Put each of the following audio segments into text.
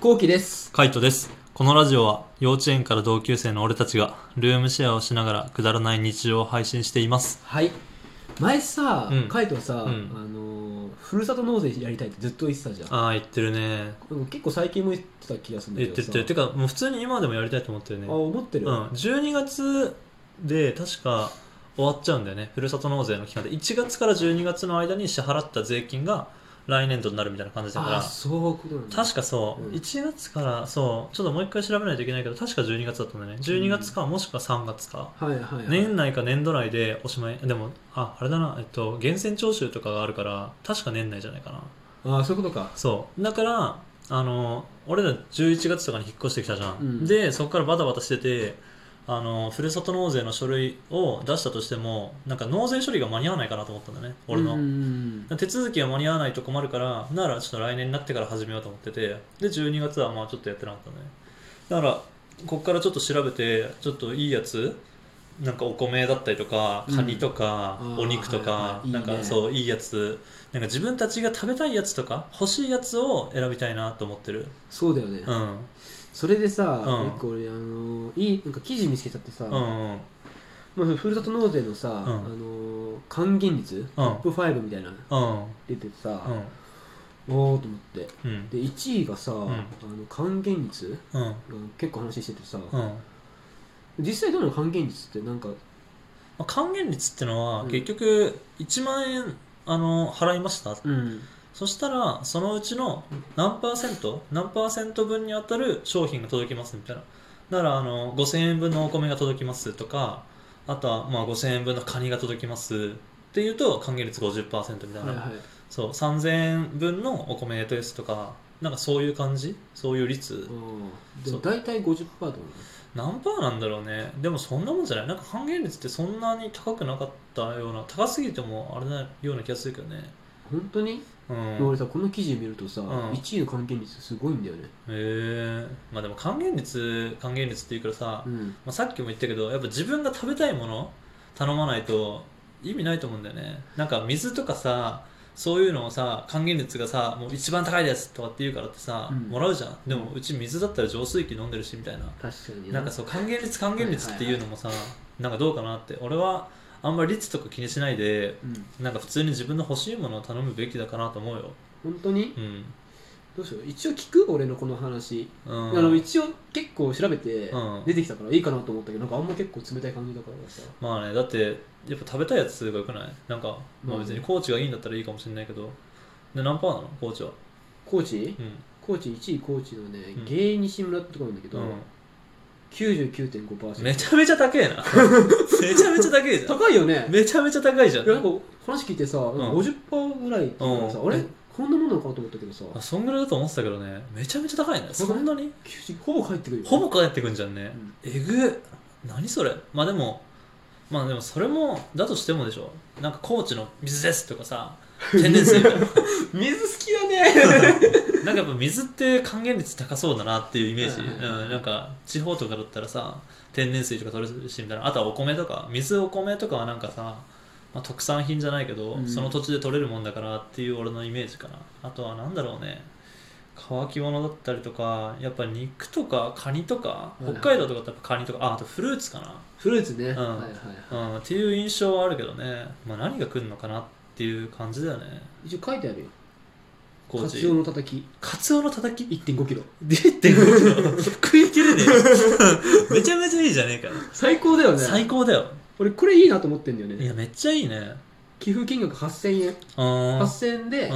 こうきです。カイトです。このラジオは幼稚園から同級生の俺たちがルームシェアをしながらくだらない日常を配信しています。はい。前さ、うんカイトさ、うあんのーふるさと納税やりたいってずっと言ってたじゃん。ああ、言ってるね。でも結構最近も言ってた気がするんだ言っけてどさ。て。てか、もう普通に今でもやりたいと思ってるね。あ、うん。思ってる。 12月で確か終わっちゃうんだよね。ふるさと納税の期間で。1月から12月の間に支払った税金が来年度になるみたいな感じだかあ、ら。そういうことなんだ。確かそう、うん1月からそうちょっともう一回調べないといけないけど確か12月だったんだよね12月かもしくは3月か、はいはい、はい。年内か年度内でおしまいでもああれだな、えっと、源泉徴収とかがあるから確か年内じゃないかなあ、そういうことか。そうだからあの俺ら11月とかに引っ越してきたじゃん、うんでそこからバタバタしててあのふるさと納税の書類を出したとしてもなんか納税処理が間に合わないかなと思ったんだね俺の、うんうん手続きが間に合わないと困るからならちょっと来年になってから始めようと思っててで12月はまあちょっとやってなかったねだからこっからちょっと調べてちょっといいやつなんかお米だったりとかうんカニとか、あーお肉とか、はいはいいいなねんかそういいやつなんか自分たちが食べたいやつとか欲しいやつを選びたいなと思ってるそうだよね。うんそれでさ、うん結構俺、あのーいい、なんか記事見つけちゃってさ、うんうんまあ、ふるさと納税のさ、あのー還元率、トップ5みたいなのうん出ててさ、うんおーと思って。うんで1位がさ、んあの還元率うんあの結構話しててさ、うんま実際どうなの還元率ってなんかあ還元率ってのはうん結局1万円あの払いましたうんそしたらそのうちの何パーセント何パーセント分に当たる商品が届きますみたいなだからあの5000円分のお米が届きますとかあとはまあ5000円分のカニが届きますっていうと還元率50%みたいな、はいはいそう3000円分のお米ですとかなんかそういう感じそういう率うんでそもう大体50%とかね何パーなんだろうねでもそんなもんじゃないなんか還元率ってそんなに高くなかったような高すぎてもあれなような気がするけどね本当に、うでんも俺さこの記事見るとさ、ん1位の還元率すごいんだよねへえまあでも還元率還元率っていうからさ、うまんあ、さっきも言ったけどやっぱ自分が食べたいもの頼まないと意味ないと思うんだよねなんか水とかさそういうのをさ還元率がさもう一番高いですとかって言うからってさ、うんもらうじゃんでもうち水だったら浄水器飲んでるしみたいな、確かになんかそう還元率還元率っていうのもさ、なんかどうかなって俺はあんまり率とか気にしないでうんなんか普通に自分の欲しいものを頼むべきだかなと思うよ本当に、うんどうしよう一応聞く俺のこの話、うんあの一応結構調べてうん出てきたからいいかなと思ったけどなんかあんま結構冷たい感じだからさまあねだってやっぱ食べたいやつがよくないなんか、うまあ、ん別にコーチがいいんだったらいいかもしれないけどで何パーなのコーチはコーチうんコーチ1位コーチのね、うん芸西村ってとこなんだけど、う99.5%ん、めちゃめちゃ高えな めちゃめちゃ高えじゃん高いよねめちゃめちゃ高いじゃいやなんんか話聞いてさ、なんか50%ぐらいって言うからさ、うんあれえこんなもんなのかなと思ったけどさあそんぐらいだと思ってたけどねめちゃめちゃ高いね高くそないんなに90ほぼ返ってくるよほぼ返ってくんじゃんねうんえぐ何それまあでもまあでもそれもだとしてもでしょなんかコーチの水ですとか さ天然水みたいな水好き だね なんかやっぱ水って還元率高そうだなっていうイメージ、はいはいはいうん、なんか地方とかだったらさ天然水とか取れるしみたいなあとはお米とか水お米とかはなんかさ、まあ、特産品じゃないけど、うんその土地で取れるもんだからっていう俺のイメージかなあとはなんだろうね乾き物だったりとかやっぱ肉とかカニとかいはい北海道とかだとやっぱカニとかああとフルーツかフルーツね、はんいはいな、うん、っていう印象はあるけどね、まあ、何が来るのかなっていう感じだよね一応書いてあるよ高カ知ツオのたたきカツオのたたき 1 5キロ0.5キロ食い切れねえよ めちゃめちゃいいじゃねえかよ最高だよね最高だよ俺これいいなと思ってんだよいねやめっちゃいいね寄付金額8000円うんうん8000円で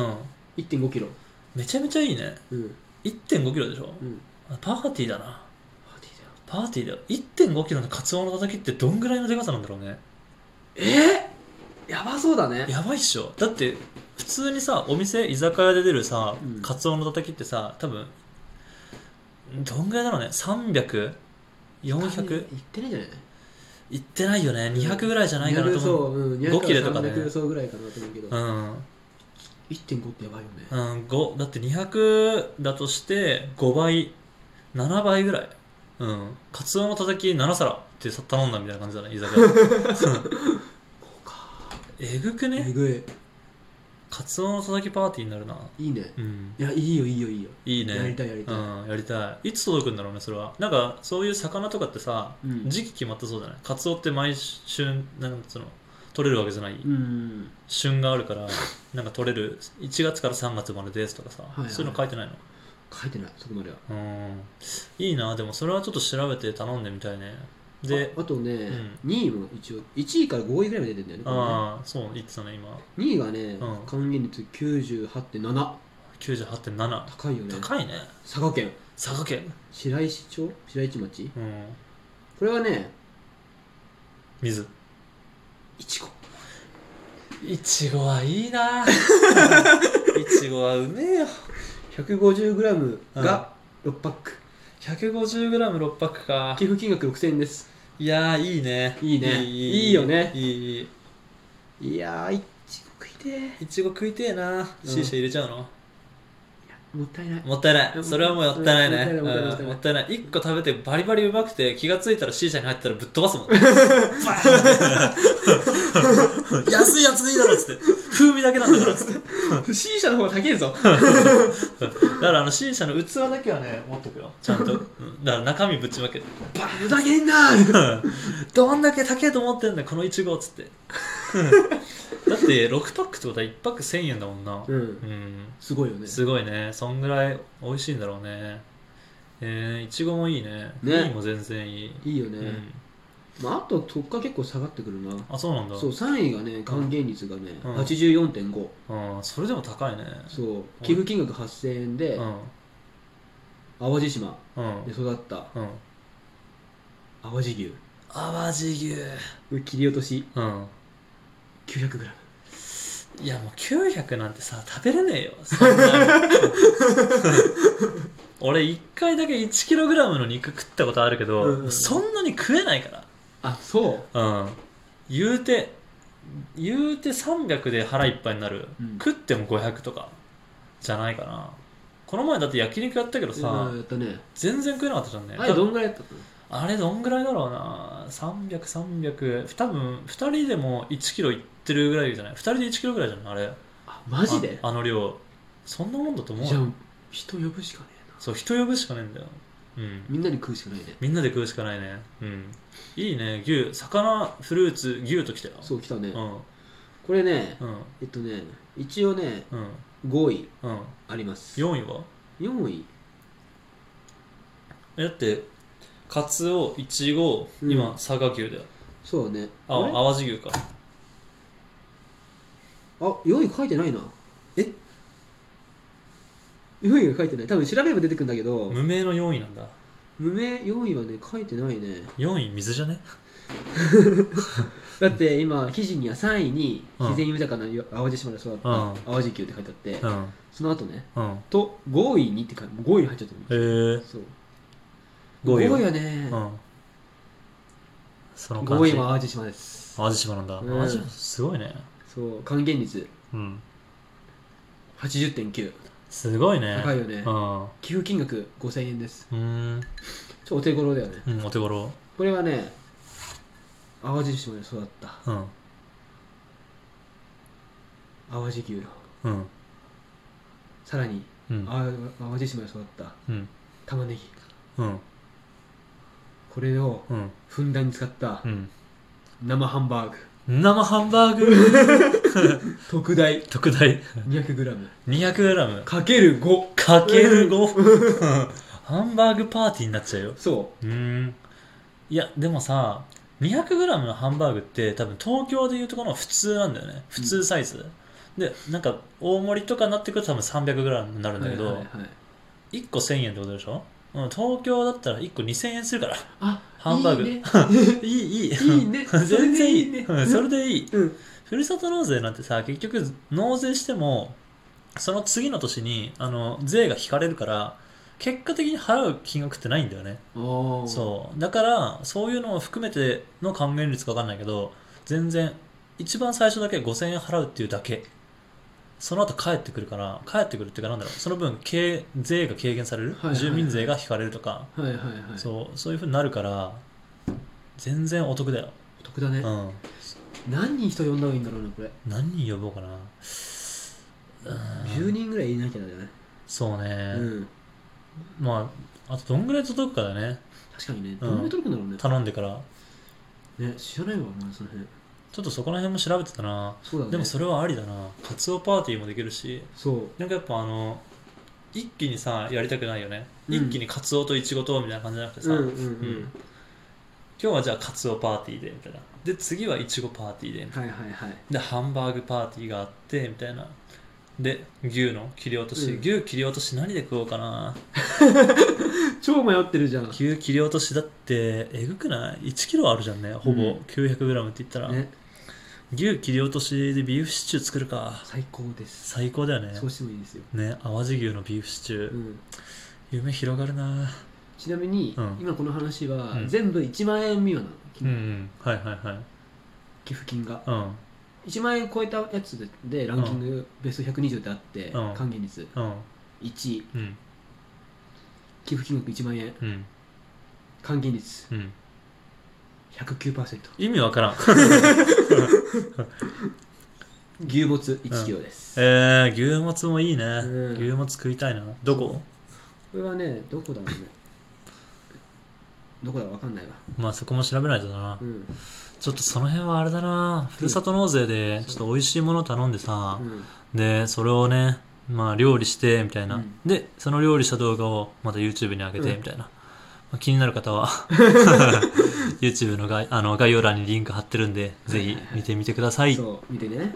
1 5キロめちゃめちゃいいねうん1 5キロでしょうんあパーティーだなパーティーだよパーティーだよ1 5キロのカツオのたたきってどんぐらいのでかさなんだろうねえー、やばそうだねやばいっしょだって普通にさお店居酒屋で出るさうんカツオのたたきってさ多分どんぐらいだろうね300400いってないんじゃないいってないよね200ぐらいじゃないかなと200そ思うう、うん、 5キロとかね200 300そうぐらいかなと思うけど、うん1.5ってやばいよね、うん、5だって200だとして5倍7倍ぐらいうんカツオのたたき7皿ってさ頼んだみたいな感 じだね居酒屋こうかえぐくえねぐいカツオのたたきパーティーになるな。いいねうん。いやいいよいいよいいよいいね。やりたいやりたいうん、やりたい。いつ届くんだろうね、それは。なんか、そういう魚とかってさ、うん時期決まったそうじゃないカツオって毎週、なんかその、取れるわけじゃない。うん旬があるから、なんか取れる、1月から3月までですとかさ、いはいそういうの書いてないの。書いてないそこまではうん。いいな、でもそれはちょっと調べて頼んでみたいね。で、ああとね、ん2位も一応1位から5位ぐらいまで出てんだよねああ、そう、言ってたね、今。これね2位がねうん還元率98.7 98.7。高いよね高いね。佐賀県佐賀県。白石町白石町うん。これはね水。いちごいちごはいいな いちごはうめえよ 150g が6パック 150g6 パックか寄付金額6000円ですいやーいいねいいねいいよねいいいいいやーいちご食いてーいちご食いてえな C 社入れちゃうの、もったいないもったいないそれはもうやったいないねもったいないもったいないうんもったいない1個食べてバリバリうまくて気がついたら C 社に入ってたらぶっ飛ばすもんバーン安いやつでいいだろっつって風味だけなんだからっつって不審者の方が高いぞだからあの C 社の器だけはね持っとくよちゃんと、うんだから中身ぶちまけてバ ふざけんなーどんだけ高いと思ってんだよこのいちごっつってだって6パックってことは1パック1000円だもんなうんうんすごいよねすごいねそんぐらい美味しいんだろうねえー、いちごもいいねねいいも全然いい、いいようね、ん、まあ、あと特価結構下がってくるなあそうなんだそう3位がね還元率がね、うん84.5うん、それでも高いねそう寄付金額8000円で、うん淡路島うんで育ったうん淡路牛淡路牛切り落としうん 900g いやもう900なんてさ食べれねえ よそんなの俺1回だけ 1kg の肉食ったことあるけど、うんうんそんなに食えないかあそうらうん言うて言うて300で腹いっぱいになる、うん食っても500とかじゃないかなこの前だって焼肉やったけどさ、うんやったね全然食えなかったじゃんねあれどんぐらいやったのあれどんぐらいだろうな300300多分2人でも1キロいってるぐらいじゃない2人で1キロぐらいじゃないあれあマジでああの量そんなもんだと思うじゃよあ人呼ぶしかねえなそう人呼ぶしかねえんだようんみんなに食うしかないねみんなで食うしかないねうんいいね牛魚フルーツ牛ときたよそう来たね、うんこれねうんえっとね一応ねうん5位うんあります4位は4位えだってカツオイチゴうん今佐賀牛だよそうだねああれあ淡路牛か4位書いてないなえ4位が書いてない多分調べれば出てくるんだけど無名の4位なんだ無名4位はね書いてないね4位水じゃねだって今記事には3位にうん自然豊かな淡路島で育ったうん淡路牛って書いてあって、うんその後ねうんと5位にって書いて5位に入っちゃってえるー、そう5位は5位はね、うんその感5じ位は淡路島です淡路島なんだ、うん淡路島すごいねそう還元率うん80.9すごいね高いよねうんう寄付金額5000円ですーんちょお手頃だよねうんお手頃これはね淡路島で育ったうん淡路牛うんさらにうんあ淡路島で育ったうん玉ねぎうんこれをうんふんだんに使ったうん生ハンバーグ生ハンバ ーグ特大特大 200g 200g かける5かける5 ハンバーグパーティーになっちゃうよそうーんいやでもさ 200g のハンバーグって多分東京でいうところの普通なんだよね普通サイズ、でなんか大盛りとかになってくると多分 300g になうるんだけど、はいはいはい1個1000円ってことでしょ、うん、東京だったら1個2000円するからあハンバーグいいね いいいいいいね 全然いい それでいいねうんそれでいいうんふるさと納税なんてさ結局納税してもその次の年にあの税が引かれるから結果的に払う金額ってないんだよねおーそうだからそういうのを含めての還元率か分かんないけど全然一番最初だけ5000円払うっていうだけその後帰ってくるから帰ってくるっていうかなんだろうその分軽税が軽減される、はいはいはい住民税が引かれるとか、はいはいはいそうそういうふうになるから全然お得だよ、お得だねうん、何人人呼んだ方がいいんだろうなこれ何人呼ぼうかな10人ぐらいいなきゃだよね、そうね、うん、まああとどんぐらい届くかだね確かにねどんぐらい届くんだろうね,、頼んでからね知らないわお前その辺ちょっとそこら辺も調べてたな、そうだねでもそれはありだなカツオパーティーもできるしそうなんかやっぱあの一気にさやりたくないよね、うん一気にカツオとイチゴとみたいな感じじゃなくてさ、うんうんううんん、今日はじゃあカツオパーティーでみたいなで次はイチゴパーティーでみたいなはいはいはいでハンバーグパーティーがあってみたいなで牛の切り落とし、うん牛切り落とし何で食おうかな超迷ってるじゃん牛切り落としだってえぐくない1キロあるじゃんねほぼ、うん 900g って言ったら、ね牛切り落としでビーフシチュー作るか最高です最高だよねそうしてもいいですよ、ね淡路牛のビーフシチュー、うん、夢広がるなちなみに、うん今この話は、うん全部1万円未満なのうん、うん、はいはいはい寄付金がうん1万円超えたやつででランキング、ベスト120ってあって、うん還元率うん1位うん寄付金額1万円うん還元率うん109%意味わからん 牛もつ1キロです、えー、牛もつもいいね、うん牛もつ食いたいなどここれはねどこだろうねどこだかわかんないわまあそこも調べないとだな、うん、ちょっとその辺はあれだな、ふるさと納税で、ちょっと美味しいもの頼んでさう、ん、で、それをね、まあ料理して、みたいな、うんで、その料理した動画をまた YouTube に上げて、うんみたいな。まあ、気になる方 は、YouTube の概あの概要欄にリンク貼ってるんで、ぜひ見てみてください。そう見てね